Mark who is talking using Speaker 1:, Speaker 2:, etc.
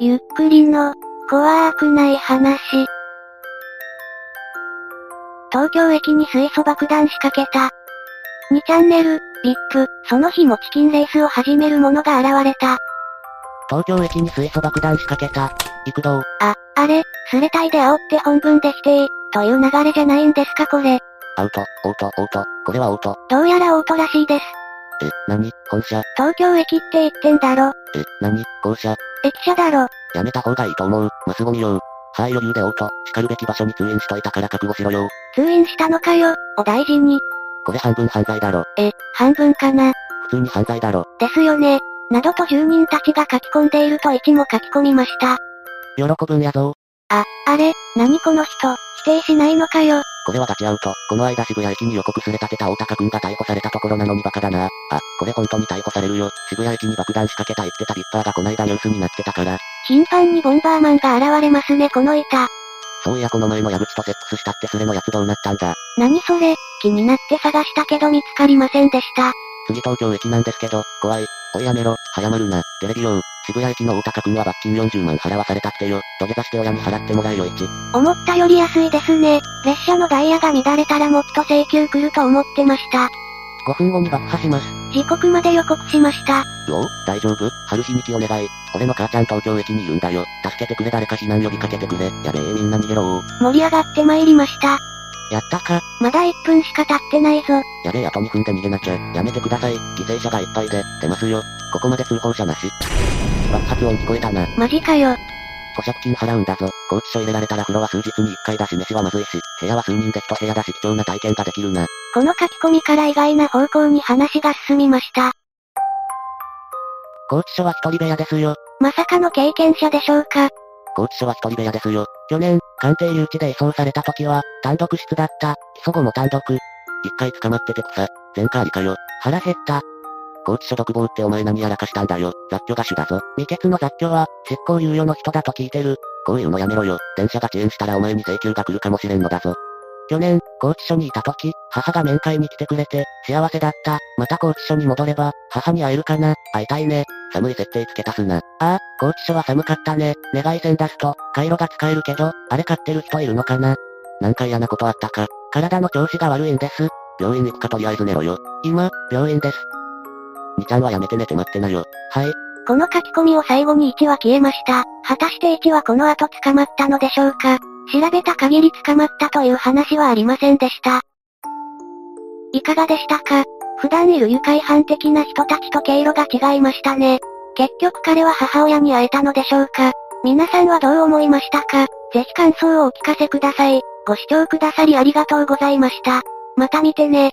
Speaker 1: ゆっくりの、怖くない話。東京駅に水素爆弾仕掛けた。2チャンネル、VIP、その日もチキンレースを始める者が現れた。
Speaker 2: 東京駅に水素爆弾仕掛けた。幾動。
Speaker 1: あ、あれ、スレタイで煽って本文で否定、という流れじゃないんですかこれ。
Speaker 2: アウト、オート、オート。これはオート。
Speaker 1: どうやらオートらしいです。
Speaker 2: え、何本社。
Speaker 1: 東京駅って言ってんだろ。
Speaker 2: え、何校舎。
Speaker 1: 駅舎だろ。
Speaker 2: やめた方がいいと思う。マスゴミよ。はい余裕でオート。叱るべき場所に通院しといたから覚悟しろよ。
Speaker 1: 通院したのかよ、お大事に。
Speaker 2: これ半分犯罪だろ。
Speaker 1: え、半分かな。
Speaker 2: 普通に犯罪だろ。
Speaker 1: ですよね。などと住人たちが書き込んでいると一も書き込みました。
Speaker 2: 喜ぶんやぞ。
Speaker 1: あ、あれ、何この人、否定しないのかよ。
Speaker 2: これはガチアウト。この間渋谷駅に予告すれ立てた大高くんが逮捕されたところなのにバカだな。あ、これ本当に逮捕されるよ。渋谷駅に爆弾仕掛けた言ってたビッパーがこないだニュースになってたから。
Speaker 1: 頻繁にボンバーマンが現れますね、この板。
Speaker 2: そういやこの前の矢口とセックスしたってスレのやつどうなったんだ。
Speaker 1: 何それ、気になって探したけど見つかりませんでした。
Speaker 2: 次東京駅なんですけど、怖い。おいやめろ、早まるな。テレビ用。渋谷駅の大高くんは罰金40万払わされたってよ。土下座して親に払ってもらえよ一。
Speaker 1: 思ったより安いですね。列車のダイヤが乱れたらもっと請求来ると思ってました。
Speaker 2: 5分後に爆破します。
Speaker 1: 時刻まで予告しました。
Speaker 2: よう、大丈夫春日に気お願い。俺の母ちゃん東京駅にいるんだよ。助けてくれ誰か避難呼びかけてくれ。やべえみんな逃げろ
Speaker 1: 盛り上がってまいりました。
Speaker 2: やったか。
Speaker 1: まだ1分しか経ってないぞ。
Speaker 2: やべえあと2分で逃げなきゃ。やめてください。犠牲者がいっぱいで、出ますよ。ここまで通報者なし。爆発音聞こえたな。
Speaker 1: マジかよ。
Speaker 2: 保釈金払うんだぞ。拘置所入れられたら風呂は数日に1回だし飯はまずいし、部屋は数人で1部屋だし貴重な体験ができるな。
Speaker 1: この書き込みから意外な方向に話が進みました。
Speaker 2: 拘置所は一人部屋ですよ。
Speaker 1: まさかの経験者でしょうか。
Speaker 2: 拘置所は一人部屋ですよ。去年、鑑定留置で移送された時は、単独室だった。起訴後も単独。一回捕まってて草。前科ありかよ。腹減った。拘置所独房ってお前何やらかしたんだよ。雑居餓手だぞ。未決の雑居は、執行猶予の人だと聞いてる。こういうのやめろよ。電車が遅延したらお前に請求が来るかもしれんのだぞ。去年、拘置所にいた時、母が面会に来てくれて、幸せだった。また拘置所に戻れば、母に会えるかな。会いたいね。寒い設定つけ足すな。ああ、高知所は寒かったね。願い線出すと、回路が使えるけど、あれ買ってる人いるのかななんか嫌なことあったか。体の調子が悪いんです。病院行くかとりあえず寝ろよ。今、病院です。にちゃんはやめて寝て待ってなよ。はい、
Speaker 1: この書き込みを最後に1は消えました。果たして1はこの後捕まったのでしょうか。調べた限り捕まったという話はありませんでした。いかがでしたか普段いる愉快犯的な人たちと経路が違いましたね。結局彼は母親に会えたのでしょうか皆さんはどう思いましたかぜひ感想をお聞かせください。ご視聴くださりありがとうございました。また見てね。